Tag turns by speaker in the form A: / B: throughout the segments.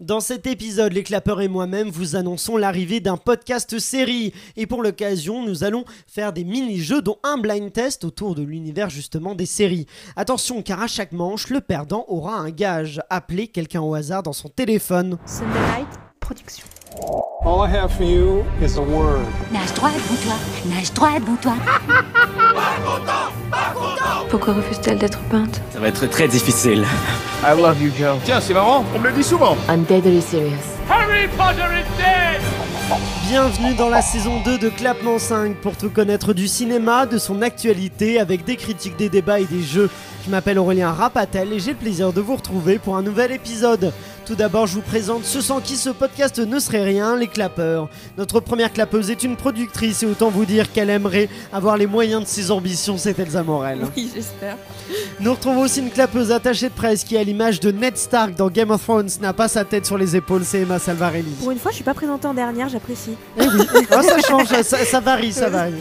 A: Dans cet épisode, les clapeurs et moi-même vous annonçons l'arrivée d'un podcast série. Et pour l'occasion, nous allons faire des mini-jeux dont un blind test autour de l'univers justement des séries. Attention car à chaque manche, le perdant aura un gage. Appelez quelqu'un au hasard dans son téléphone.
B: Sunday Night Production.
C: All I have for you is a word.
D: Nage droit devant toi, nage droit devant toi.
B: Pourquoi refuse-t-elle d'être peinte
E: Ça va être très difficile.
F: I love you, Joe.
G: Tiens, c'est marrant, on me le dit souvent.
H: I'm deadly serious.
A: Bienvenue dans la saison 2 de Clapement 5 pour tout connaître du cinéma, de son actualité, avec des critiques, des débats et des jeux. Je m'appelle Aurélien Rapatel et j'ai le plaisir de vous retrouver pour un nouvel épisode. Tout d'abord, je vous présente ceux sans qui ce podcast ne serait rien, les clapeurs. Notre première clapeuse est une productrice et autant vous dire qu'elle aimerait avoir les moyens de ses ambitions, c'est Elsa Morel.
I: Oui, j'espère.
A: Nous retrouvons aussi une clapeuse attachée de presse qui, à l'image de Ned Stark dans Game of Thrones, n'a pas sa tête sur les épaules, c'est Emma Salvarelli.
I: Pour une fois, je suis pas présentée en dernière, j'apprécie.
A: Oh, ça change, ça, ça varie, ça varie.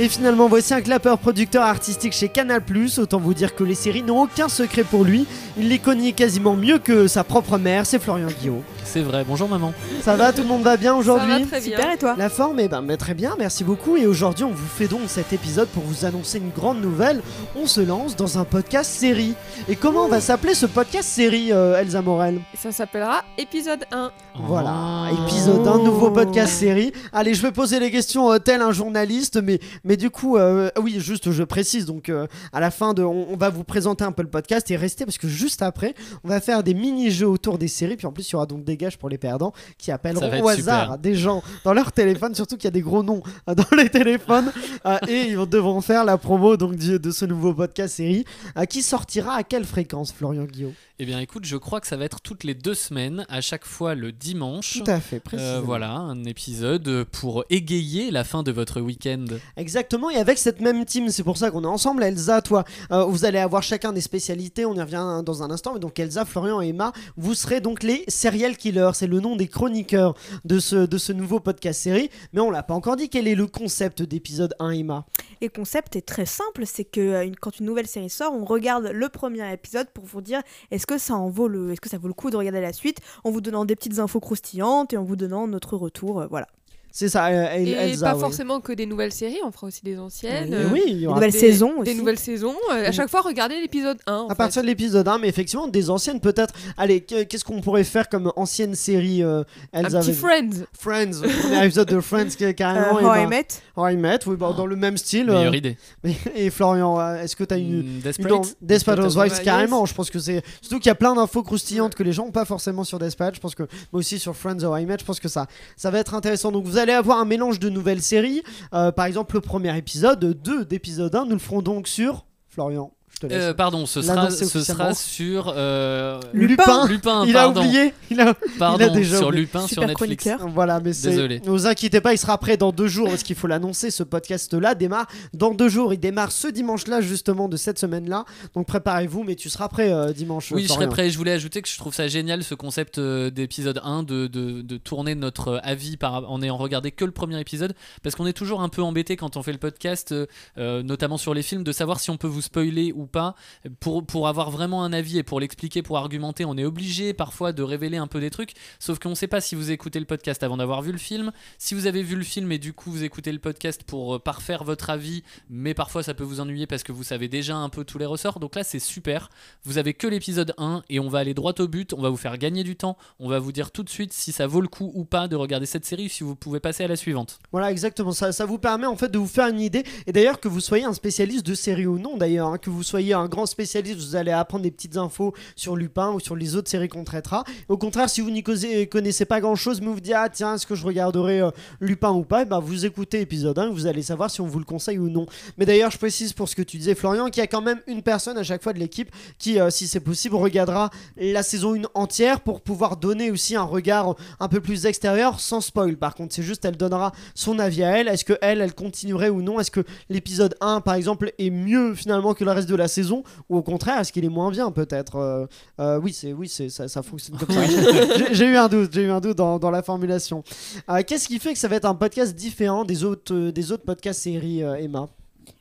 A: Et finalement, voici un clapeur producteur artistique chez Canal. Autant vous dire que les séries n'ont aucun secret pour lui. Il les connaît quasiment mieux que sa propre mère, c'est Florian Guillot.
J: C'est vrai, bonjour maman.
A: Ça va, tout le monde va bien
I: Ça
A: aujourd'hui
I: va très bien.
B: et toi
A: La forme, eh ben, mais très bien, merci beaucoup. Et aujourd'hui, on vous fait donc cet épisode pour vous annoncer une grande nouvelle. On se lance dans un podcast série. Et comment va s'appeler ce podcast série, euh, Elsa Morel
I: Ça s'appellera épisode 1.
A: Voilà,
J: Oh.
A: épisode d'un nouveau podcast série. Allez, je vais poser les questions euh, tel un journaliste, mais, mais du coup, euh, oui, juste je précise, donc euh, à la fin, de, on, on va vous présenter un peu le podcast et restez parce que juste après, on va faire des mini-jeux autour des séries, puis en plus, il y aura donc des gages pour les perdants qui
J: Ça va
A: appelleront
J: être
A: au hasard
J: super.
A: des gens dans leur téléphone, surtout qu'il y a des gros noms euh, dans les téléphones, euh, et ils devront faire la promo donc, du- de ce nouveau podcast série euh, qui sortira à quelle fréquence, Florian Guillot
J: Eh bien écoute, je crois que ça va être toutes les deux semaines, à chaque fois le dimanche.
A: Tout à fait, précisément.
J: Euh, voilà, un épisode pour égayer la fin de votre week-end.
A: Exactement, et avec cette même team, c'est pour ça qu'on est ensemble, Elsa, toi, euh, vous allez avoir chacun des spécialités, on y revient dans un instant, mais donc Elsa, Florian et Emma, vous serez donc les serial killers, c'est le nom des chroniqueurs de ce, de ce nouveau podcast série, mais on l'a pas encore dit, quel est le concept d'épisode 1, Emma
B: Et le concept est très simple, c'est que euh, une- quand une nouvelle série sort, on regarde le premier épisode pour vous dire est-ce que ça en vaut le, est-ce que ça vaut le coup de regarder la suite, en vous donnant des petites infos croustillantes et en vous donnant notre retour, euh, voilà.
A: C'est ça, euh, El-
I: Et
A: Elsa.
I: pas
A: oui.
I: forcément que des nouvelles séries, on fera aussi des anciennes.
A: Mais
I: euh,
A: oui, il y
B: Des
A: aura
B: nouvelles
I: des-
B: saisons
I: Des
B: aussi.
I: nouvelles saisons. euh, à chaque fois, regardez l'épisode 1. en
A: à partir de l'épisode 1, mais effectivement, des anciennes peut-être. Allez, que- qu'est-ce qu'on pourrait faire comme ancienne série, euh,
I: fait.
A: Elsa
I: Un petit
A: vas-y.
I: Friends.
A: Friends, premier épisode de Friends, qui est
B: Euh,
A: carrément. eh
B: How I
A: Emma.
B: Met,
A: How I Met, oui, bah, dans le même style. euh,
J: Meilleure idée.
A: Mais- Et Florian, euh, est-ce que tu as une.
J: Mm,
A: une
J: Desperate
A: envie- Desperate Housewives,
I: Housewives.
A: carrément, je pense que c'est. Surtout qu'il y a plein d'infos croustillantes que les gens n'ont pas forcément sur Desperate, je pense que. Mais aussi sur Friends or I Met, je pense que ça, ça va être intéressant. Donc vous allez avoir un mélange de nouvelles séries. Euh, par exemple, le premier épisode, deux d'épisode 1, nous le ferons donc sur. Florian, je te laisse.
J: Euh, pardon, ce sera,
A: L'annoncer
J: ce sera
A: officiellement.
J: sur euh,
A: Lupin.
J: Lupin,
A: il a
J: pardon.
A: oublié Il a-
J: Pardon,
A: déjà
J: sur
A: oublié.
J: Lupin sur
B: super
J: Netflix.
B: chroniqueur.
A: Voilà, mais c'est.
J: Désolé.
A: Ne vous inquiétez pas, il sera prêt dans deux jours parce qu'il faut l'annoncer. Ce podcast-là démarre dans deux jours. Il démarre ce dimanche-là, justement, de cette semaine-là. Donc préparez-vous, mais tu seras prêt euh, dimanche.
J: Oui, je serais
A: Florian.
J: prêt. Je voulais ajouter que je trouve ça génial ce concept euh, d'épisode 1 de, de- de tourner notre euh, avis par, en ayant regardé que le premier épisode parce qu'on est toujours un peu embêté quand on fait le podcast, euh, euh, notamment sur les films, de savoir si on peut vous spoiler ou pas. Pour, pour avoir vraiment un avis et pour l'expliquer, pour argumenter, on est obligé parfois de révéler un peu des trucs. Sauf qu'on ne sait pas si vous écoutez le podcast avant d'avoir vu le film, si vous avez vu le film et du coup vous écoutez le podcast pour euh, parfaire votre avis, mais parfois ça peut vous ennuyer parce que vous savez déjà un peu tous les ressorts. Donc là, c'est super. Vous avez que l'épisode 1 et on va aller droit au but, on va vous faire gagner du temps, on va vous dire tout de suite si ça vaut le coup ou pas de regarder cette série, si vous pouvez passer à la suivante.
A: Voilà, exactement. Ça, ça vous permet en fait de vous faire une idée. Et d'ailleurs, que vous soyez un spécialiste de série ou non, d'ailleurs, hein, que vous soyez un grand spécialiste, vous allez apprendre des petites infos sur Lupin ou sur les autres séries qu'on traitera. Au contraire, si vous n'y causez- connaissez pas grand chose, mais vous vous dites, ah tiens, est-ce que je regarderai euh, Lupin ou pas, et ben, vous écoutez épisode 1 et vous allez savoir si on vous le conseille ou non. Mais d'ailleurs, je précise pour ce que tu disais, Florian, qu'il y a quand même une personne à chaque fois de l'équipe qui, euh, si c'est possible, regardera la saison 1 entière pour pouvoir donner aussi un regard un peu plus extérieur sans spoil. Par contre, c'est juste, elle donnera son avis à elle. Est-ce que elle, elle continuerait ou non Est-ce que l'épisode 1, par exemple, est mieux finalement que le reste de la saison Ou au contraire, est-ce qu'il est moins bien peut-être Euh, euh, Oui, c'est oui, c'est ça, ça fonctionne comme ça. J'ai- j'ai eu un doute, j'ai eu un doute dans, dans la formulation. Euh, Qu'est-ce qui fait que ça va être un podcast différent des autres euh, des autres podcasts séries, euh, Emma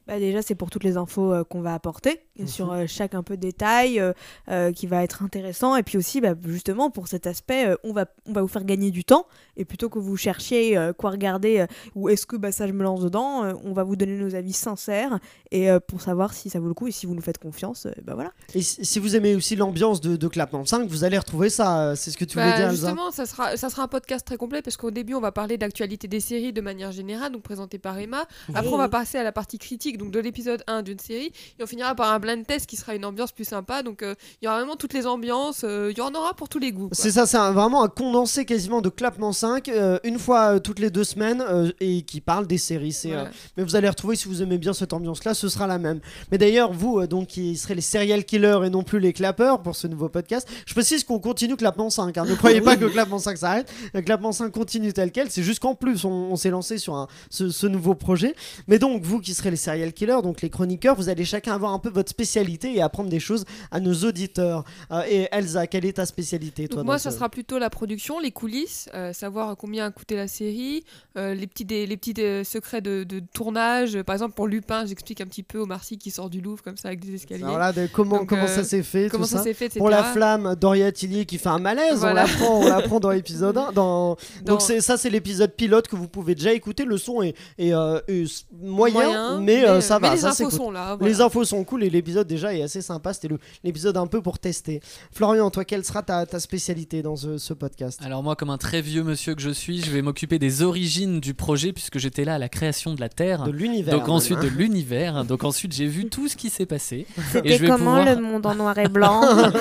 B: Bah, Bah, déjà, c'est pour toutes les infos euh, qu'on va apporter sur euh, chaque un peu détail euh, euh, qui va être intéressant. Et puis aussi, bah, justement, pour cet aspect, euh, on, va, on va vous faire gagner du temps. Et plutôt que vous cherchiez euh, quoi regarder euh, ou est-ce que bah, ça je me lance dedans, euh, on va vous donner nos avis sincères et euh, pour savoir si ça vaut le coup et si vous nous faites confiance. euh, bah voilà.
A: Et si si vous aimez aussi l'ambiance de, de Clapement 5, vous allez retrouver ça. euh, C'est ce que tu voulais
I: Bah,
A: dire, Elsa.
I: justement, ça sera, ça sera un podcast très complet parce qu'au début, on va parler de l'actualité des séries de manière générale, donc présentée par Emma. Après, on va passer à la partie critique donc de l'épisode 1 d'une série et on finira par un blind test qui sera une ambiance plus sympa. Donc, euh, il y aura vraiment toutes les ambiances, euh, il y en aura pour tous les goûts. quoi.
A: C'est ça, c'est un- vraiment un condensé quasiment de Clapement 5, euh, une fois euh, toutes les deux semaines, euh, et qui parle des séries. C'est, euh,
I: Voilà.
A: mais vous allez retrouver, si vous aimez bien cette ambiance-là, ce sera la même. Mais d'ailleurs, vous, euh, donc, qui serez les serial killers et non plus les clappeurs pour ce nouveau podcast, je précise qu'on continue Clapement 5. hein. Ne croyez pas que Clapement 5 s'arrête. Euh, Clapement 5 continue tel quel. C'est juste qu'en plus, on, on s'est lancé sur un- ce, ce nouveau projet. Mais donc, vous qui serez les serial killers, donc les chroniqueurs, vous allez chacun avoir un peu votre spécialité et apprendre des choses à nos auditeurs. Euh, et Elsa, quelle est ta spécialité, toi
I: Donc
A: dans
I: moi,
A: ce-
I: ça sera plutôt la production, les coulisses, euh, savoir combien a coûté la série, euh, les petits, dé- les petits euh, secrets de, de tournage. Par exemple, pour Lupin, j'explique un petit peu au Marcy qui sort du Louvre comme ça avec des escaliers.
A: Voilà, de comment,
I: Donc,
A: comment
I: euh,
A: ça s'est fait,
I: Comment
A: tout
I: ça,
A: ça.
I: s'est fait, etc.
A: Pour la flamme, Doria Tilly qui fait un malaise,
I: Voilà.
A: on l'apprend, on l'apprend dans l'épisode 1. Dans...
I: Dans-
A: Donc c'est ça, c'est l'épisode pilote que vous pouvez déjà écouter. Le son est, est, euh, est s- moyen,
I: moyen,
A: mais, euh, ça
I: mais
A: va,
I: les
A: ça
I: infos
A: s'écoute.
I: sont là.
A: Les infos sont cool et l'épisode déjà est assez sympa. C'était le- l'épisode un peu pour tester. Florian, toi, quelle sera ta, ta spécialité dans ce, ce podcast
J: Alors moi, comme un très vieux monsieur que je suis, je vais m'occuper des origines du projet puisque j'étais là à la création de la Terre.
A: De l'univers.
J: Ah. donc ensuite
A: même,
J: de
A: hein.
J: l'univers, donc ensuite j'ai vu tout ce qui s'est passé. Et
E: C'était
J: je vais
E: comment
J: pouvoir-
E: le monde en noir et blanc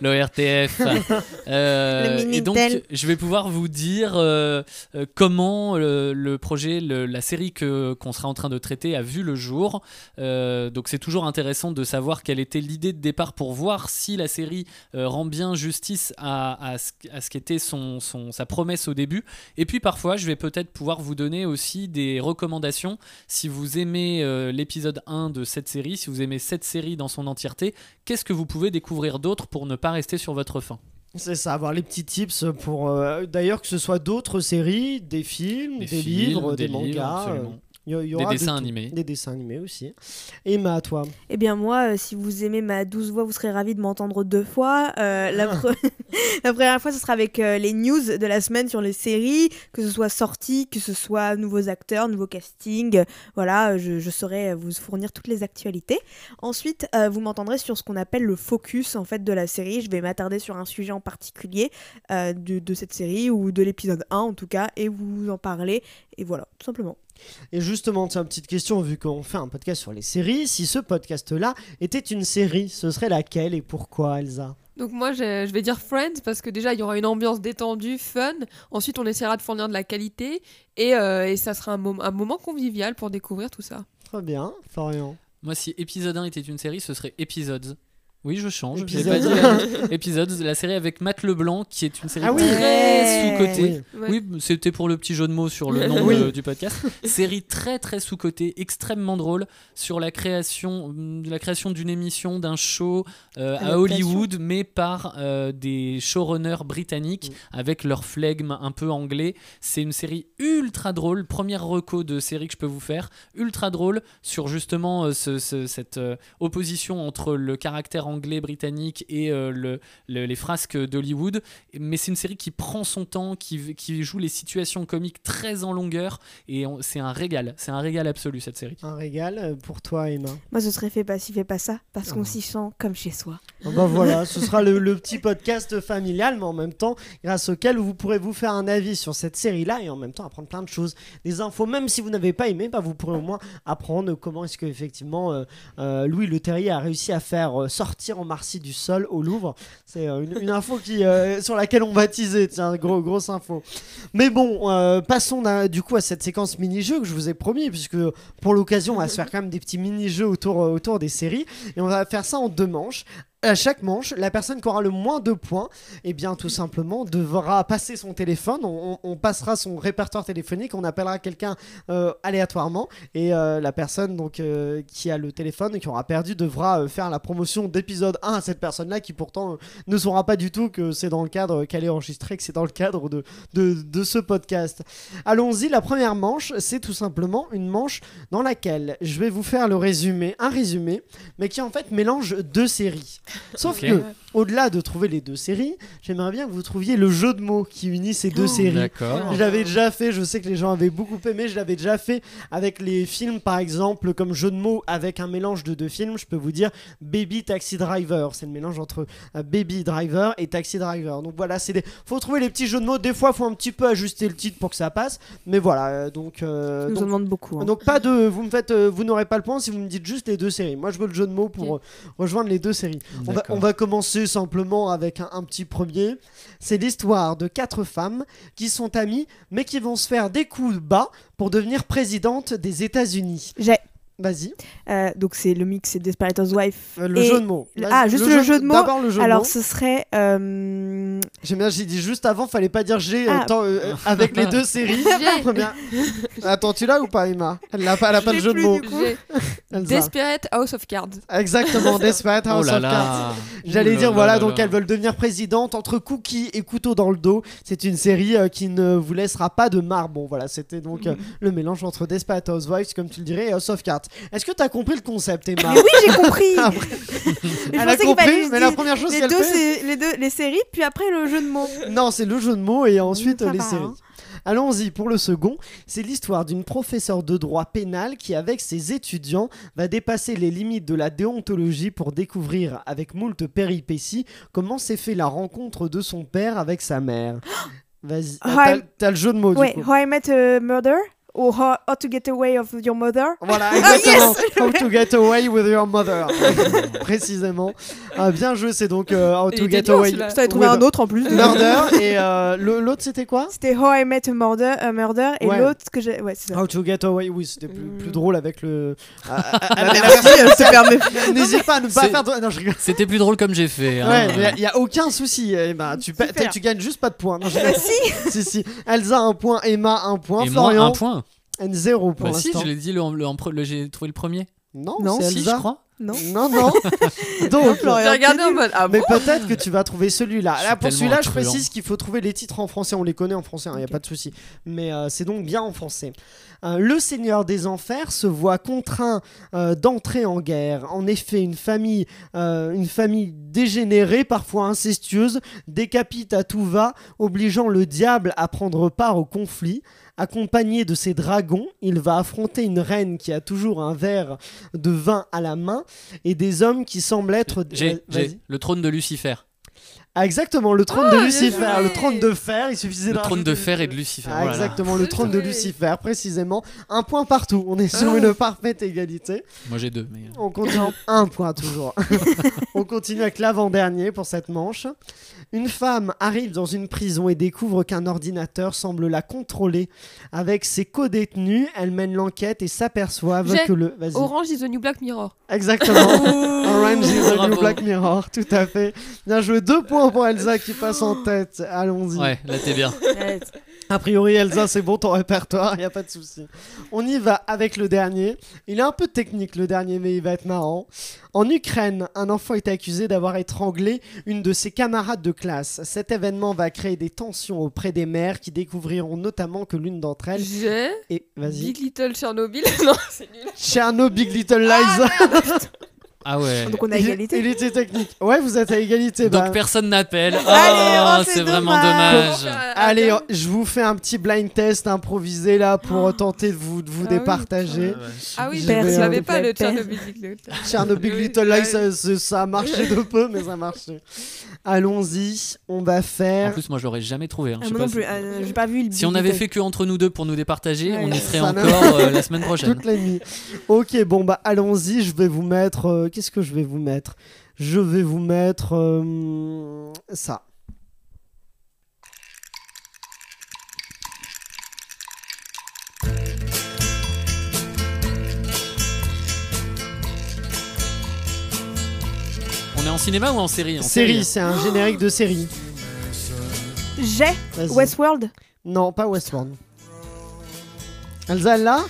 J: l'ORTF.
E: Le
J: Euh, et
E: Minitel.
J: donc, je vais pouvoir vous dire euh, euh, comment euh, le projet, le- la série que qu'on sera en train de traiter a vu le jour. Euh, donc, c'est toujours intéressant de savoir quelle était l'idée de départ pour voir si la série euh, rend bien justice à, à ce, à ce qu'était son, son- sa promesse au début. Et puis, parfois, je vais peut-être pouvoir vous donner aussi des recommandations si vous aimez euh, l'épisode 1 de cette série, si vous aimez cette série dans son entièreté qu'est-ce que vous pouvez découvrir d'autre pour ne pas rester sur votre faim
A: C'est ça, avoir les petits tips pour. euh, D'ailleurs, que ce soit d'autres séries, des films, des,
J: films,
A: livres, des,
J: livres,
A: mangas.
J: absolument.
A: euh, il y- il y
J: des
A: aura de
J: dessins
A: tout.
J: animés.
A: Des dessins animés aussi. Emma, toi.
B: Eh bien moi, euh, si vous aimez ma douce voix, vous serez ravis de m'entendre deux fois. Euh, la,
A: Ah.
B: pre- la première fois, ce sera avec euh, les news de la semaine sur les séries, que ce soit sorties, que ce soit nouveaux acteurs, nouveaux castings. Voilà, euh, je, je saurai vous fournir toutes les actualités. Ensuite, euh, vous m'entendrez sur ce qu'on appelle le focus en fait de la série. Je vais m'attarder sur un sujet en particulier euh, de, de cette série ou de l'épisode 1 en tout cas, et vous en parler. Et voilà, tout simplement.
A: Et justement, tiens, petite question, vu qu'on fait un podcast sur les séries, si ce podcast-là était une série, ce serait laquelle et pourquoi, Elsa
I: Donc moi, je, je vais dire Friends parce que déjà, il y aura une ambiance détendue, fun. Ensuite, on essaiera de fournir de la qualité et, euh, et ça sera un, mom- un moment convivial pour découvrir tout ça.
A: Très bien, Florian.
J: Moi, si épisode 1 était une série, ce serait épisodes. Oui, je change. j'ai
A: Épisodes.
J: pas dit la- épisodes, la série avec Matt Leblanc, qui est une série
A: Ah oui.
J: très sous-cotée.
A: Oui.
I: Ouais.
J: Oui, c'était pour le petit jeu de mots sur le nom
A: Oui.
J: euh, du podcast. Série très très sous-cotée, extrêmement drôle sur la création, hum, la création d'une émission, d'un show euh, à
A: Adaptation.
J: Hollywood, mais par euh, des showrunners britanniques avec leur flegme un peu anglais. C'est une série ultra drôle, première reco de série que je peux vous faire, ultra drôle sur justement euh, ce- ce- cette euh, opposition entre le caractère anglais britannique et euh, le- le- les frasques d'Hollywood mais c'est une série qui prend son temps, qui, qui joue les situations comiques très en longueur, et on- c'est un régal, c'est un régal absolu cette série.
A: Un régal euh, pour toi, Emma.
B: Moi, ce serait fait pas si, fait pas ça, parce
A: Ah.
B: qu'on s'y sent comme chez soi.
A: Ah bah voilà, ce sera le, le petit podcast familial, mais en même temps, grâce auquel vous pourrez vous faire un avis sur cette série-là et en même temps apprendre plein de choses. Des infos, même si vous n'avez pas aimé, bah vous pourrez au moins apprendre comment est-ce que effectivement euh, euh, Louis Le Terrier a réussi à faire euh, sortir en Marcy du sol au Louvre. C'est euh, une, une info qui, euh, sur laquelle on va teaser, tiens, gros, grosse info. Mais bon, euh, passons d'un- du coup à cette séquence mini-jeu que je vous ai promis, puisque pour l'occasion, on va se faire quand même des petits mini-jeux autour, euh, autour des séries. Et on va faire ça en deux manches. à chaque manche, la personne qui aura le moins de points, eh bien, tout simplement, devra passer son téléphone. On, on- on passera son répertoire téléphonique, on appellera quelqu'un euh, aléatoirement. Et euh, la personne donc, euh, qui a le téléphone et qui aura perdu devra euh, faire la promotion d'épisode 1 à cette personne-là qui pourtant euh, ne saura pas du tout que c'est dans le cadre euh, qu'elle est enregistrée, que c'est dans le cadre de, de, de ce podcast. Allons-y, la première manche, c'est tout simplement une manche dans laquelle je vais vous faire le résumé, un résumé, mais qui en fait mélange deux séries. Sauf
J: Ok.
A: que, au-delà de trouver les deux séries, j'aimerais bien que vous trouviez le jeu de mots qui unit ces deux séries.
J: D'accord.
A: Je l'avais déjà fait, je sais que les gens avaient beaucoup aimé, je l'avais déjà fait avec les films par exemple, comme jeu de mots avec un mélange de deux films, je peux vous dire Baby Taxi Driver, c'est le mélange entre euh, Baby Driver et Taxi Driver. Donc voilà, c'est des... faut trouver les petits jeux de mots, des fois faut un petit peu ajuster le titre pour que ça passe, mais voilà, euh, donc... euh,
B: Ils nous en
A: donc
B: demandent beaucoup. hein.
A: donc pas de, vous me faites, euh, vous n'aurez pas le point si vous me dites juste les deux séries. Moi je veux le jeu de mots pour
I: Ok.
A: euh, rejoindre les deux séries. On va,
J: D'accord.
A: on va commencer simplement avec un, un petit premier. C'est l'histoire de quatre femmes qui sont amies mais qui vont se faire des coups bas pour devenir présidente des États-Unis.
B: J'ai-
A: Vas-y,
B: Euh, donc c'est le mix c'est Desperate Housewives.
A: Euh, le
B: et-
A: jeu de mots.
B: le-
A: Vas-y,
B: ah, juste le jeu de mots.
A: D'abord le jeu de
B: Alors
A: mots.
B: ce serait euh,
A: J'aime bien, j'ai dit juste avant, fallait pas dire j'ai euh,
B: Ah.
A: tant, euh, avec les deux séries. Première- Attends, tu l'as ou pas, Emma Elle n'a pas, elle a pas
B: Je
A: le jeu de
B: l'ai plus,
A: mots.
B: du coup.
I: J'ai
A: Elsa.
I: Desperate House of Cards.
A: Exactement, Desperate
J: Oh
A: House
J: là
A: of Cards.
J: là.
A: J'allais
J: Oh là
A: dire,
J: là
A: voilà,
J: là
A: donc
J: là.
A: elles veulent devenir présidente entre cookies et couteau dans le dos. C'est une série euh, qui ne vous laissera pas de marbre. Bon, voilà, c'était donc euh,
J: Mm-hmm.
A: le mélange entre Desperate Housewives, comme tu le dirais, et House of Cards. Est-ce que t'as compris le concept, Emma
B: oui, j'ai compris.
A: Ah,
B: Mais je
A: Elle a
B: pensais qu'il fallait
A: compris,
B: juste
A: mais la
B: dire
A: première chose
B: les
A: qu'elle
B: deux,
A: fait...
B: c'est les deux, les séries, puis après le jeu de mots.
A: Non, c'est le jeu de mots et ensuite
B: Ça
A: euh, les
B: va,
A: séries.
B: hein.
A: Allons-y pour le second. C'est l'histoire d'une professeure de droit pénal qui, avec ses étudiants, va dépasser les limites de la déontologie pour découvrir, avec moult péripéties, comment s'est fait la rencontre de son père avec sa mère. Vas-y, ah, t'as-
B: Ouais.
A: t'as le jeu de mots
B: ouais,
A: du coup.
B: How I Met a Murder ou how, How to Get Away of Your Mother.
A: Voilà, exactement. How to get away with your mother. Précisément. Ah, bien joué, c'est donc euh, How
I: Il
A: to
I: était
A: get
I: dur,
A: away.
I: celui-là.
B: Je t'avais trouvé
A: with
B: un autre en plus.
A: bah, Murder et euh, le- l'autre c'était quoi
B: C'était How I Met a Murder, a Murder et
A: Ouais. Ah.
B: l'autre que j'ai. Ouais, c'est ça.
A: How to Get Away, oui, c'était plus,
I: Mm.
A: plus drôle avec le. Ah, ah, ah,
B: Ah, merci, elle se permet.
A: N'hésite pas à ne pas
J: C'est-
A: faire. de- Non, je rigole.
J: C'était plus drôle comme j'ai fait. hein.
A: Ouais, il n'y a aucun souci. Eh ben, tu, pa-
B: Super.
A: tu gagnes juste pas de points. Non, je
B: Bah,
A: rigole.
B: si,
A: si, si. Elsa, un point. Emma, un point.
J: Et moi,
A: Florian,
J: un point.
A: and zéro pour
J: Bah si,
A: l'instant.
J: je l'ai dit, le, le- en pre- le- j'ai trouvé le premier.
A: non,
B: Non,
A: c'est
J: si, je
A: Elsa.
J: crois.
B: non.
A: non, non. Donc,
I: J'ai regardé en mode. Ah bon
A: mais peut-être que tu vas trouver celui-là.
J: Je suis
A: Là, pour
J: tellement
A: celui-là, je
J: truand.
A: précise qu'il faut trouver les titres en français. On les connaît en français, il n'y a pas de souci. Mais euh, c'est donc bien en français. Euh, le Seigneur des Enfers se voit contraint euh, d'entrer en guerre. En effet, une famille, euh, une famille dégénérée, parfois incestueuse, décapite à tout va, obligeant le diable à prendre part au conflit. Accompagné de ses dragons, il va affronter une reine qui a toujours un verre de vin à la main et des hommes qui semblent être.
J: J'ai
A: Euh, vas-y.
J: j'ai le trône de Lucifer.
A: Ah, exactement, le trône de Lucifer,
I: joué.
A: le trône de fer, il suffisait
J: Le
A: de
J: trône de
A: rajouter-
J: fer et de Lucifer.
A: Ah,
J: voilà.
A: Exactement, le
I: Bien Ah.
A: trône de
I: joué.
A: Lucifer, précisément. Un point partout, on est sur une parfaite égalité.
J: Moi j'ai deux. Mais... euh,
A: On continue, un point toujours. on continue avec l'avant-dernier pour cette manche. Une femme arrive dans une prison et découvre qu'un ordinateur semble la contrôler. Avec ses co-détenus, elle mène l'enquête et s'aperçoit
I: J'ai-
A: que le... Vas-y.
I: Orange is the New Black Mirror.
A: Exactement. Orange is the new
J: Bravo.
A: Black Mirror, tout à fait. Bien joué, deux points pour Elsa qui passe en tête. Allons-y.
J: Ouais, là t'es bien.
A: A priori, Elsa, c'est bon ton répertoire, il a pas de souci. On y va avec le dernier. Il est un peu technique le dernier, mais il va être marrant. En Ukraine, un enfant est accusé d'avoir étranglé une de ses camarades de classe. Cet événement va créer des tensions auprès des mères qui découvriront notamment que l'une d'entre elles
I: J'ai
A: est. Vas-y.
I: Big Little Chernobyl. non, c'est nul.
A: Cherno Big Little Lies.
J: Ah ouais.
B: Donc on a
A: Il-
B: égalité.
A: Il était technique. Ouais, vous êtes à égalité. bah.
J: Donc personne n'appelle. Oh,
B: Allez, oh, c'est
J: c'est vraiment
B: dommage.
J: dommage.
I: Comment faire un-
A: Allez,
I: un-
A: on- je vous fais un petit blind test improvisé là pour tenter de vous, de vous
I: Oh. Ah oui,
A: départager.
J: Euh.
I: Ah oui,
A: J'ai
I: je ne
A: perdu,
I: savais
B: hein.
I: pas le
B: J'ai perdu.
I: Chernobyl. Big Little.
A: Chernobyl
I: Oui,
A: Little
I: ouais.
A: Lies, ça, ça- ça a marché de peu, mais ça a marché. Allons-y, on va
J: En
A: faire.
J: plus, moi je l'aurais jamais trouvé. hein,
B: Ah,
J: je sais
B: moi
J: pas
B: non plus,
J: si-
B: euh, j'ai pas vu le.
J: Si on avait fait que entre nous deux pour nous départager,
B: Ouais.
J: on y serait
A: Ça n'a-
J: encore euh, la semaine prochaine.
A: Toute la nuit. Ok, bon, bah allons-y, je vais vous mettre. euh, Qu'est-ce que je vais vous mettre Je vais vous mettre. euh, ça.
J: On est en en cinéma ou en série hein En
A: Série, c'est un générique de série.
B: J'ai
A: Vas-y.
B: Westworld.
A: Non, pas Westworld. Elsa là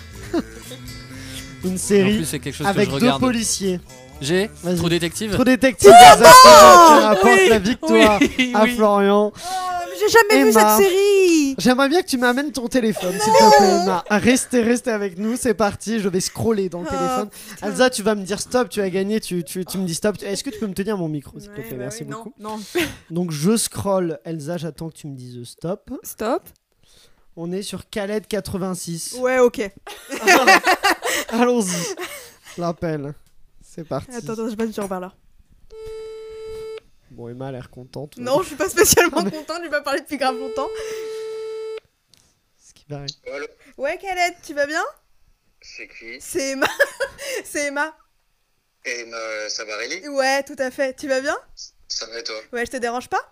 A: Une
J: Et en
A: série
J: plus, c'est quelque chose
A: avec
J: que je
A: deux
J: regarde.
A: policiers.
J: J'ai
A: Vas-y.
J: Trou détective.
A: Trop détective qui rapporte
J: Oui,
A: la victoire
J: oui,
A: à
J: oui.
A: Florian.
B: J'ai jamais vu
A: Emma.
B: cette série.
A: J'aimerais bien que tu m'amènes ton téléphone, s'il te plaît, Emma. Restez, restez avec nous, c'est parti. Je vais scroller dans le
B: Oh,
A: téléphone. Elsa, tu vas me dire stop, tu as gagné, tu, tu, tu me dis stop. Est-ce que tu peux me tenir mon micro, s'il te plaît Merci beaucoup.
B: Non,
A: Donc, je scroll. Elsa, j'attends que tu me dises stop.
I: Stop.
A: On est sur Khaled 86.
B: Ouais, ok.
A: Allons-y. L'appel. C'est parti.
B: Attends, attends, je passe sur par là.
A: Bon, Emma a l'air contente.
B: Non, je suis pas spécialement contente, j'ai pas parlé depuis grave longtemps.
A: Ce qui paraît.
B: Ouais, Khaled, tu vas bien
F: C'est qui
B: C'est Emma. C'est Emma.
F: Emma Sabarelli
B: Ouais, tout à fait. Tu vas bien
F: Ça va et toi
B: Ouais, je te dérange pas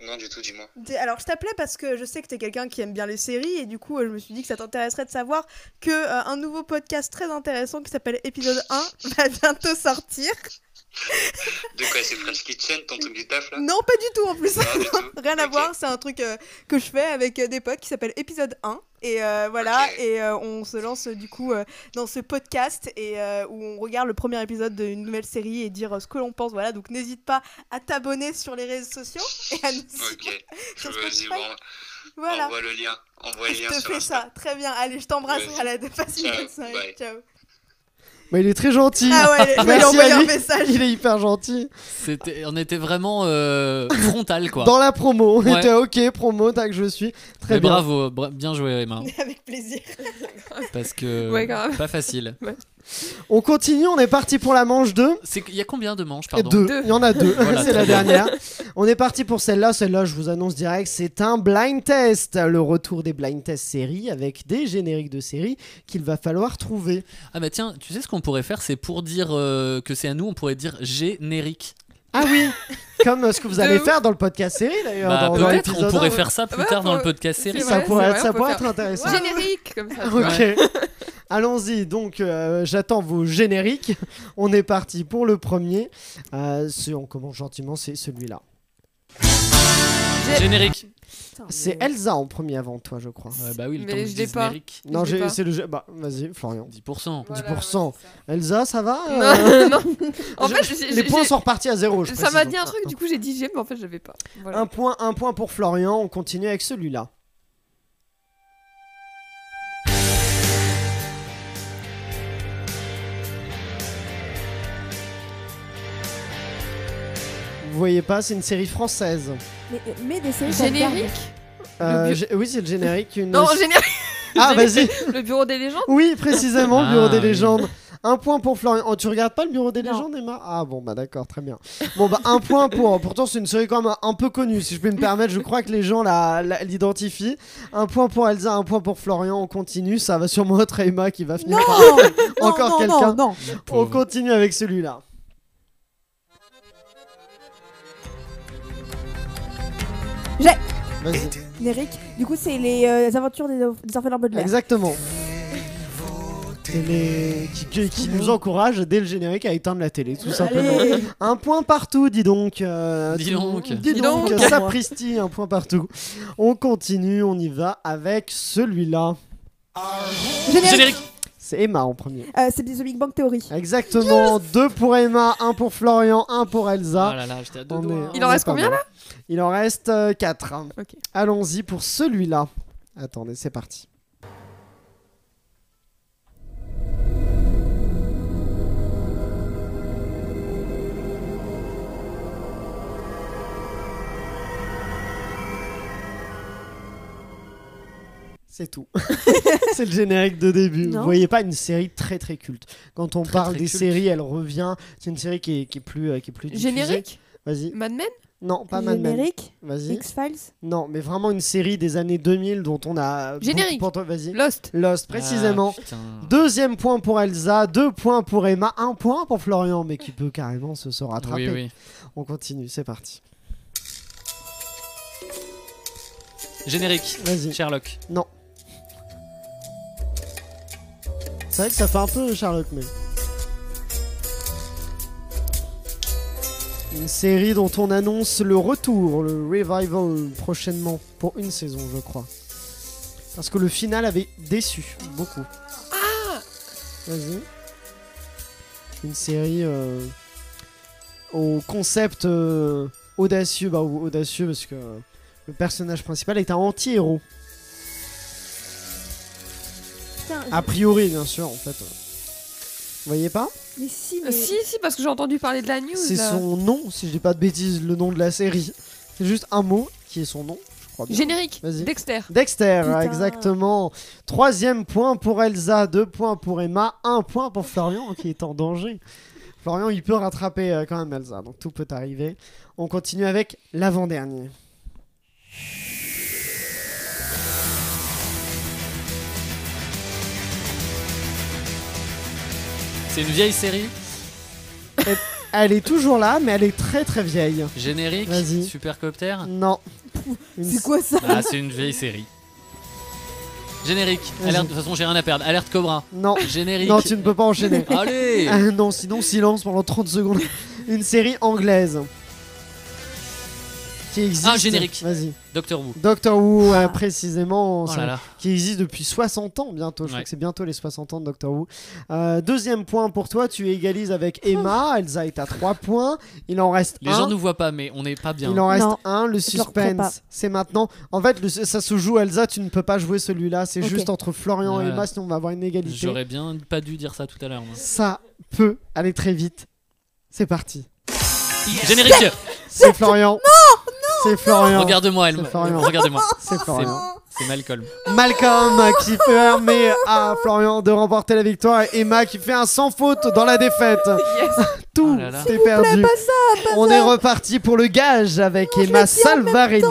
F: Non, du tout, dis-moi.
B: Dis- Alors, je t'appelais parce que je sais que t'es quelqu'un qui aime bien les séries et du coup, euh, je me suis dit que ça t'intéresserait de savoir que euh, un nouveau podcast très intéressant qui s'appelle Épisode 1 va bientôt sortir.
F: De quoi c'est French Kitchen, ton truc du taf là
B: Non, pas du tout en plus.
F: Non, du tout.
B: Rien à
F: Ok.
B: voir, c'est un truc euh, que je fais avec euh, des potes qui s'appelle épisode 1. Et euh, voilà,
F: Ok.
B: et euh, on se lance euh, du coup euh, dans ce podcast et euh, où on regarde le premier épisode d'une nouvelle série et dire euh, ce que l'on pense. Voilà, donc n'hésite pas à t'abonner sur les réseaux sociaux et à nous suivre.
F: Ok,
B: Sur
F: vas-y,
B: Spotify.
F: bon,
B: Voilà,
F: envoie le lien. Envoie le
B: je
F: lien
B: te
F: sur
B: fais ça. Très bien. Allez, je t'embrasse.
F: Vas-y.
B: Allez, passe une
F: Ciao,
B: bonne soirée.
F: bye.
B: Ciao.
A: Mais il est très gentil.
B: Ah ouais, je vais lui
A: Merci
B: envoyer
A: à
B: un
A: lui.
B: message.
A: Il est hyper gentil.
J: C'était- On était vraiment euh, frontal quoi.
A: Dans la promo, on
J: Ouais.
A: était ok, promo, tac, je suis. Très
J: Mais
A: bien.
J: bravo, bra- bien joué Emma,
B: Avec plaisir.
J: parce que
I: Ouais, grave.
J: pas facile.
A: On continue, on est parti pour la manche 2.
J: C'est qu'il y a combien de manches
A: Et
J: pardon
A: deux.
I: Deux.
A: Il y en a deux,
J: Voilà,
A: c'est
J: très
A: la
J: bien.
A: dernière. On est parti pour celle-là. Celle-là, je vous annonce direct, c'est un blind test. Le retour des blind tests séries avec des génériques de séries qu'il va falloir trouver.
J: Ah bah tiens, tu sais ce qu'on pourrait faire, c'est pour dire euh, que c'est à nous, on pourrait dire générique.
A: Ah oui Comme euh, ce que vous
I: De
A: allez
I: ouf.
A: faire dans le podcast série d'ailleurs.
J: Bah,
A: dans- dans
J: peut-être on
A: l'épisode
J: pourrait
A: un.
J: faire ça plus
I: Ouais,
J: tard dans le
I: faut-
J: podcast série.
I: c'est
A: Ça
I: Ouais,
A: pourrait,
I: vrai,
A: ça
I: on peut
A: pourrait
I: faire-
A: être intéressant.
I: Générique comme ça.
A: Ah, Ok.
J: Ouais.
A: Allons-y, donc euh, j'attends vos génériques. On est parti pour le premier. Euh, ce- on commence gentiment, c'est celui-là.
J: Générique.
A: C'est Elsa en premier avant toi, je crois.
J: Ouais, bah oui, le
I: Mais
J: temps que
I: je
J: je
I: l'ai
J: dise
I: pas.
J: générique.
A: Non,
I: je l'ai
A: j'ai-
I: pas.
A: c'est le jeu. Bah, vas-y, Florian.
J: 10%.
I: Voilà,
A: 10%.
I: ouais, c'est ça.
A: Elsa, ça va Euh,
I: Non, non. En
A: je-
I: fait, j'ai-
A: Les
I: j'ai-
A: points sont repartis à zéro. je
I: ça m'a
A: précise.
I: dit un truc, du coup j'ai dit j'ai, mais en fait j'avais pas. Voilà.
A: Un point, un point pour Florian. On continue avec celui-là. Vous voyez pas, c'est une série française.
G: Mais, mais des séries
I: Générique
A: Euh,
I: Le bio-
A: gé- oui, c'est le générique. Une...
I: Non, générique
A: ah,
I: générique.
A: vas-y.
I: Le bureau des légendes
A: Oui, précisément, le Bureau
J: Ah,
A: des
J: oui.
A: légendes. Un point pour Florian. Oh, tu regardes pas le Bureau des
G: Non.
A: légendes, Emma Ah bon, bah d'accord, très bien. Bon, bah un point pour. Pourtant, c'est une série quand même un peu connue, si je peux me permettre. Je crois que les gens la- la- l'identifient. Un point pour Elsa, un point pour Florian. On continue. Ça va sûrement être Emma qui va finir
B: Non,
A: par.
B: non,
A: Encore
B: non,
A: quelqu'un
B: non, non.
A: On
J: Pauvre.
A: continue avec celui-là.
G: J'ai-
A: Vas-y.
G: Générique. Du coup, c'est les euh, aventures des, des orphelins Baudelaire.
A: Exactement. Et les- qui, qui- qui nous encourage dès le générique à éteindre la télé, tout simplement.
G: Allez.
A: Un point partout, dis donc. euh,
J: Dis
A: tout-
J: donc.
A: dis
I: Dis
A: donc, euh,
I: donc.
A: sapristi, un point partout. On continue, on y va avec celui-là.
G: Générique.
J: Générique.
A: C'est Emma en premier.
G: Euh, c'est des The Big Bang Theory.
A: Exactement, deux pour Emma, un pour Florian, un pour
J: Oh
A: Elsa.
J: là là, j'étais Ah, à deux
A: On
J: doigts.
A: est-
I: Il en
A: on est
I: reste
A: pas
I: combien,
A: mal. Il en reste 4.
I: Ok.
A: Allons-y pour celui-là. Attendez, c'est parti. C'est tout. c'est le générique de début.
G: Non.
A: Vous voyez pas une série très très culte. Quand on parle
J: très
A: des
J: culte.
A: séries, elle revient. C'est une série qui est, qui est plus euh, qui est plus diffusée.
I: Générique
A: Vas-y.
I: Mad Men
A: Non, pas Mad Men.
G: Générique.
A: Vas-y.
G: X-Files.
A: Non, mais vraiment une série des années 2000 dont on a. beaucoup
I: Générique.
A: porté- Vas-y.
I: Lost
A: Lost, précisément.
J: Ah, putain.
A: Deuxième point pour Elsa, deux points pour Emma, un point pour Florian, mais qui peut carrément se, se rattraper.
J: Oui, oui.
A: On continue, c'est parti.
J: Générique.
A: Vas-y.
J: Sherlock.
A: C'est vrai que ça fait un peu Charlotte, mais. Une série dont on annonce le retour, le revival prochainement, pour une saison, je crois. Parce que le final avait déçu beaucoup. Vas-y. Une série euh, au concept euh, audacieux, bah au- audacieux parce que euh, le personnage principal est un anti-héros.
B: Putain,
A: A priori, bien sûr, en fait. Vous voyez pas
B: mais si,
I: Euh,
B: mais.
I: Si, si, parce que j'ai entendu parler de la news.
A: C'est
I: là.
A: son nom, si je dis pas de bêtises, le nom de la série. C'est juste un mot qui est son nom, je crois bien.
I: Générique,
A: Vas-y.
I: Dexter.
A: Dexter,
B: Putain.
A: exactement. Troisième point pour Elsa, deux points pour Emma, un point pour Florian qui est en danger. Florian, il peut rattraper euh, quand même Elsa, donc tout peut arriver. On continue avec l'avant-dernier.
J: C'est une vieille série,
A: Elle est toujours là, mais elle est très très vieille.
J: générique,
A: Vas-y.
J: supercopter.
A: Non. Une-
B: C'est quoi ça
J: Ah, c'est une vieille série. Générique,
A: Vas-y.
J: alerte, de toute façon j'ai rien à perdre. Alerte Cobra,
A: Non.
J: générique.
A: Non, tu ne peux pas enchaîner.
J: Allez
A: Ah non, sinon silence pendant 30 secondes. Une série anglaise. Qui existe.
J: Ah, générique.
A: Vas-y.
J: Doctor Who.
A: Doctor Who, euh, précisément.
J: Oh
A: ça-
J: là là.
A: qui existe depuis 60 ans bientôt. Je crois
J: Ouais.
A: que c'est bientôt les 60 ans de Doctor Who. Euh, deuxième point pour toi, tu égalises avec Emma. Elsa est à 3 points. Il en reste
J: Les
A: un.
J: gens nous voient pas, mais on n'est pas bien.
A: Hein Il en reste
B: Non,
A: un, le
B: je le reprends pas.
A: suspense. C'est maintenant. En fait, le- ça se joue, Elsa, tu ne peux pas jouer celui-là. C'est
B: Ok.
A: juste entre Florian et
J: Voilà.
A: Emma, sinon on va avoir une égalité.
J: J'aurais bien pas dû dire ça tout à l'heure. moi.
A: Ça peut aller très vite. C'est parti.
J: Générique,
A: C'est Florian. C'est Florian.
J: regarde-moi, elle
A: C'est
J: me-
A: Florian.
J: Regarde-moi.
A: C'est Florian.
J: C'est Malcolm.
A: Malcolm qui permet à Florian de remporter la victoire et Emma qui fait un sans faute dans la défaite. Tout
J: Oh là là.
A: est perdu. On est reparti pour le gage avec
J: Oh,
A: Emma Salvarelli.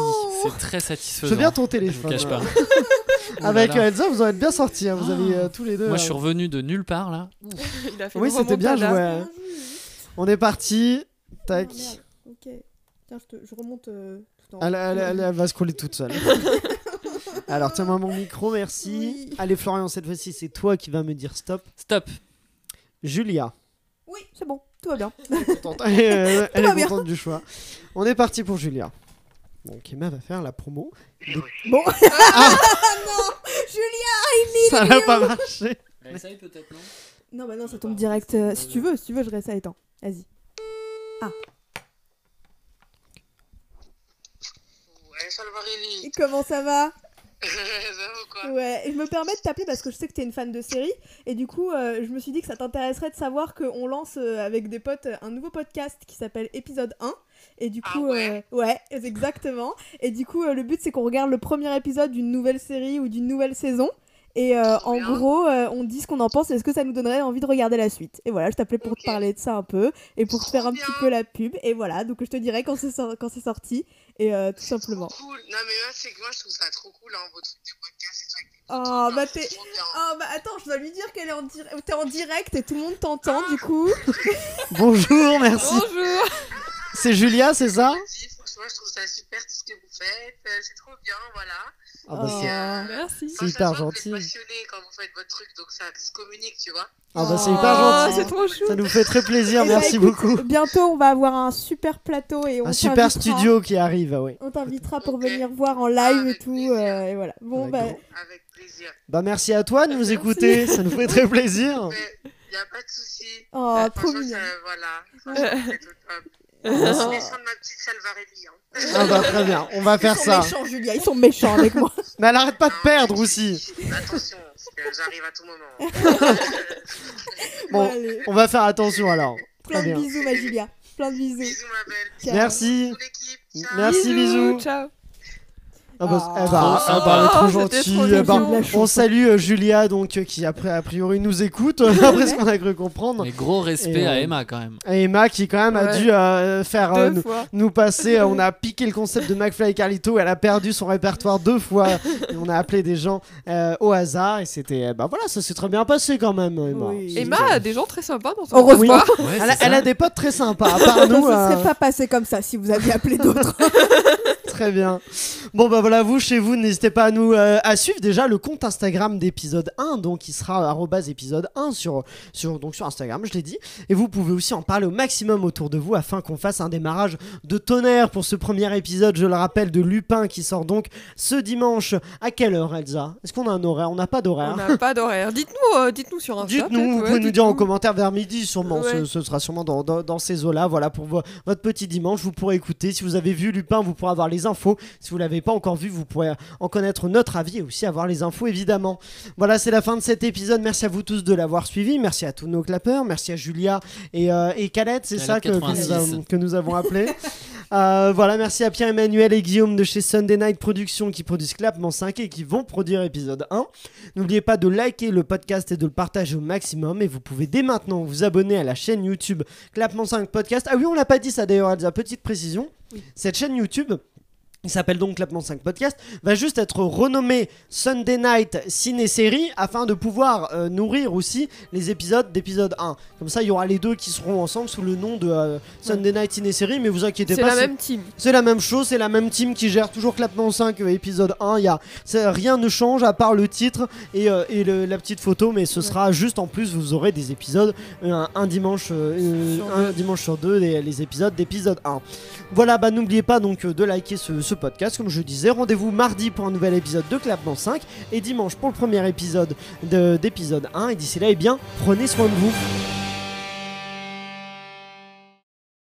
J: C'est très
A: Je
J: satisfaisant.
A: veux Oh. bien ton
J: Je vous
A: téléphone.
J: cache pas.
A: euh,
J: Ouh Oh là
A: Avec
J: là. Ah.
A: euh, Elsa, vous en êtes bien sortis. hein, Vous avez euh, tous les deux.
J: Moi,
A: euh,
J: je suis revenu de nulle part là.
I: Il a fait
A: Oui,
I: une
A: c'était bien joué.
I: remontada.
A: hein. On est parti. Tac.
K: Ok. Tiens, je, te- je remonte euh, tout en
A: Elle, elle- elle- elle va se coller toute seule. Alors, tiens-moi mon micro, merci. Allez, Florian, cette fois-ci, c'est toi qui vas me dire stop.
J: Stop.
A: Julia.
B: Oui, c'est bon, tout va bien.
A: contente. Elle est- elle
B: va
A: est
B: bien.
A: contente du choix. On est parti pour Julia. Donc Emma va faire la promo.
B: Bon. Ah
A: Ça n'a pas marché.
J: peut-être non
B: Non, bah non, ça tombe direct. euh, si tu veux, si tu veux, je reste à étang. Vas-y. Ah.
L: Ouais, Salvarelli.
B: Et comment ça va
L: Ça va ou quoi
B: Ouais, et je me permets de t'appeler parce que je sais que t'es une fan de série. Et du coup, euh, je me suis dit que ça t'intéresserait de savoir qu'on lance euh, avec des potes euh, un nouveau podcast qui s'appelle Épisode 1. Et du
L: Ah
B: coup,
L: ouais
B: euh, ouais, exactement. Et du coup, euh, le but, c'est qu'on regarde le premier épisode d'une nouvelle série ou d'une nouvelle saison. Et euh, en
L: Bien.
B: gros, euh, on dit ce qu'on en pense et est-ce que ça nous donnerait envie de regarder la suite. Et voilà, je t'appelais pour
L: Ok.
B: te parler de ça un peu et pour te
L: Trop
B: faire un
L: bien.
B: petit peu la pub. Et voilà, donc je te dirai quand c'est sor- quand c'est sorti. Et euh, tout
L: C'est trop
B: simplement.
L: Cool. Non, mais moi, c'est que moi, je trouve ça trop cool, hein, votre truc de podcast et tout. avec les
B: Oh,
L: photos,
B: bah
L: c'est
B: t'es.
L: trop bien.
B: Oh bah attends, je dois lui dire qu'elle est en direct, t'es en direct et tout le monde t'entend
L: Ah.
B: du coup.
A: Bonjour, merci.
I: Bonjour.
A: C'est Julia, c'est ça
L: Merci, Oh. franchement, je trouve ça super tout ce que vous faites. Euh, C'est trop bien, voilà. Euh,
A: Ah bah,
B: Oh.
A: c'est-
I: Merci.
A: C'est
L: Enfin,
A: hyper
L: ça se voit que
A: gentil.
L: Vous êtes passionné quand vous faites votre truc, donc ça se communique, tu vois.
A: ah bah, c'est
B: Oh,
A: hyper
I: Oh,
A: gentil.
I: c'est trop chou.
A: Ça nous fait très plaisir,
L: ben,
B: Eh bah,
A: merci
B: écoute,
A: beaucoup.
B: Bientôt on va avoir un super plateau et on
A: Un super
B: t'invitera-
A: studio qui arrive, ah oui.
B: On t'invitera pour
L: Ok.
B: venir voir en live et
L: Avec
B: tout
L: plaisir.
B: euh, et voilà. Bon
A: Avec
B: bah
A: grand-
L: Avec plaisir.
A: Bah merci à toi de nous écouter, ça nous fait très plaisir.
L: Mais il a pas de souci.
B: oh trop
L: Bah, Franchement,
B: mignon.
L: ça- Voilà. Franchement, c'est euh, tout top. Je suis
A: Ah
L: méchant de ma petite Salvarelli. Hein.
A: bah très bien, on va
B: Ils
A: faire
B: sont
A: ça.
B: méchants Julia, ils sont méchants avec moi.
A: Mais elle arrête pas de perdre aussi.
L: Attention, parce que j'arrive à tout moment.
A: Bon.
B: allez,
A: On va faire attention alors.
B: plein
A: Très
B: de
A: bien.
B: bisous ma Julia, plein de bisous.
L: Bisous, ma belle.
B: Ciao.
A: Merci.
L: Toute l'équipe. Ciao.
A: Merci, bisous.
I: Ciao.
A: Ah bah,
B: Ah.
A: eh bah,
J: Trop
A: eh bah, elle est
I: sympa.
A: trop
I: C'était
A: gentille.
I: trop
A: Eh bah,
B: mignon.
A: on salue euh, Julia, donc, euh, qui après, a priori nous écoute, après ce qu'on a cru comprendre.
J: Mais gros respect
A: Et, euh,
J: à Emma quand même.
A: Et Emma, qui quand même a
I: Ouais.
A: dû euh, faire euh,
I: Deux
A: nous,
I: fois.
A: nous passer. euh, on a piqué le concept de McFly et Carlito, elle a perdu son répertoire deux fois. Et on a appelé des gens euh, au hasard, et c'était. euh, Bah voilà, ça s'est très bien passé quand même, Emma.
B: Oui.
A: C'est-
I: Emma a des gens très sympas dans son
A: Heureusement.
I: entourage.
J: Ouais,
A: Elle a,
J: c'est ça.
A: elle a des potes très sympas, à part
B: Ça ne
A: nous. euh,
B: serait pas passé comme ça si vous aviez appelé d'autres.
A: Très bien. Bon, bah voilà, vous, chez vous, n'hésitez pas à nous euh, à suivre déjà le compte Instagram d'épisode 1, donc il sera euh, arrobase épisode 1 sur, sur, donc sur Instagram, je l'ai dit. Et vous pouvez aussi en parler au maximum autour de vous afin qu'on fasse un démarrage de tonnerre pour ce premier épisode, je le rappelle, de Lupin qui sort donc ce dimanche. À quelle heure, Elsa Est-ce qu'on a un horaire On n'a pas
I: On
A: d'horaire.
I: n'a pas d'horaire. Dites-nous euh, dites-nous sur Insta.
A: Dites-nous,
I: peut-être,
A: vous
I: ouais,
A: pouvez nous dire en
I: dites-nous.
A: commentaire vers midi, sûrement. Ce,
I: Ouais.
A: ce sera sûrement dans, dans- dans ces eaux-là. Voilà, pour vo- votre petit dimanche, vous pourrez écouter. Si vous avez vu Lupin, vous pourrez avoir les infos. Si vous l'avez pas encore vu, vous pourrez en connaître notre avis et aussi avoir les infos, évidemment. Voilà, c'est la fin de cet épisode. Merci à vous tous de l'avoir suivi. Merci à tous nos clapeurs. Merci à Julia et, euh, et Calette, c'est
J: Calette
A: ça que, que nous
J: 86.
A: avons, que nous avons appelé. Euh, voilà, merci à Pierre-Emmanuel et Guillaume de chez Sunday Night Productions qui produisent Clapement 5 et qui vont produire épisode 1. N'oubliez pas de liker le podcast et de le partager au maximum. Et vous pouvez dès maintenant vous abonner à la chaîne YouTube Clapement 5 Podcast. Ah oui, on l'a pas dit ça d'ailleurs, Elsa. Petite précision. Cette chaîne YouTube. qui s'appelle donc Clapement 5 Podcast, va juste être renommée Sunday Night Ciné-Série afin de pouvoir euh, nourrir aussi les épisodes d'épisode 1. Comme ça, il y aura les deux qui seront ensemble sous le nom de euh, Sunday Night Ciné-Série, mais vous inquiétez
I: Mm. C'est
A: pas,
I: la
A: c'est-
I: même team.
A: c'est la même chose, c'est la même team qui gère toujours Clapement 5 euh, épisode 1. Il y a, c'est- rien ne change à part le titre et, euh, et le- la petite photo, mais ce sera juste en plus, vous aurez des épisodes, euh, un, un dimanche, euh, euh,
I: Sur
A: un dimanche sur deux, les, les épisodes d'épisode 1. Voilà, bah n'oubliez pas donc euh, de liker ce, ce podcast, comme je disais. Rendez-vous mardi pour un nouvel épisode de Clapement 5 et dimanche pour le premier épisode de- d'épisode 1. Et d'ici là, eh bien, prenez soin de vous.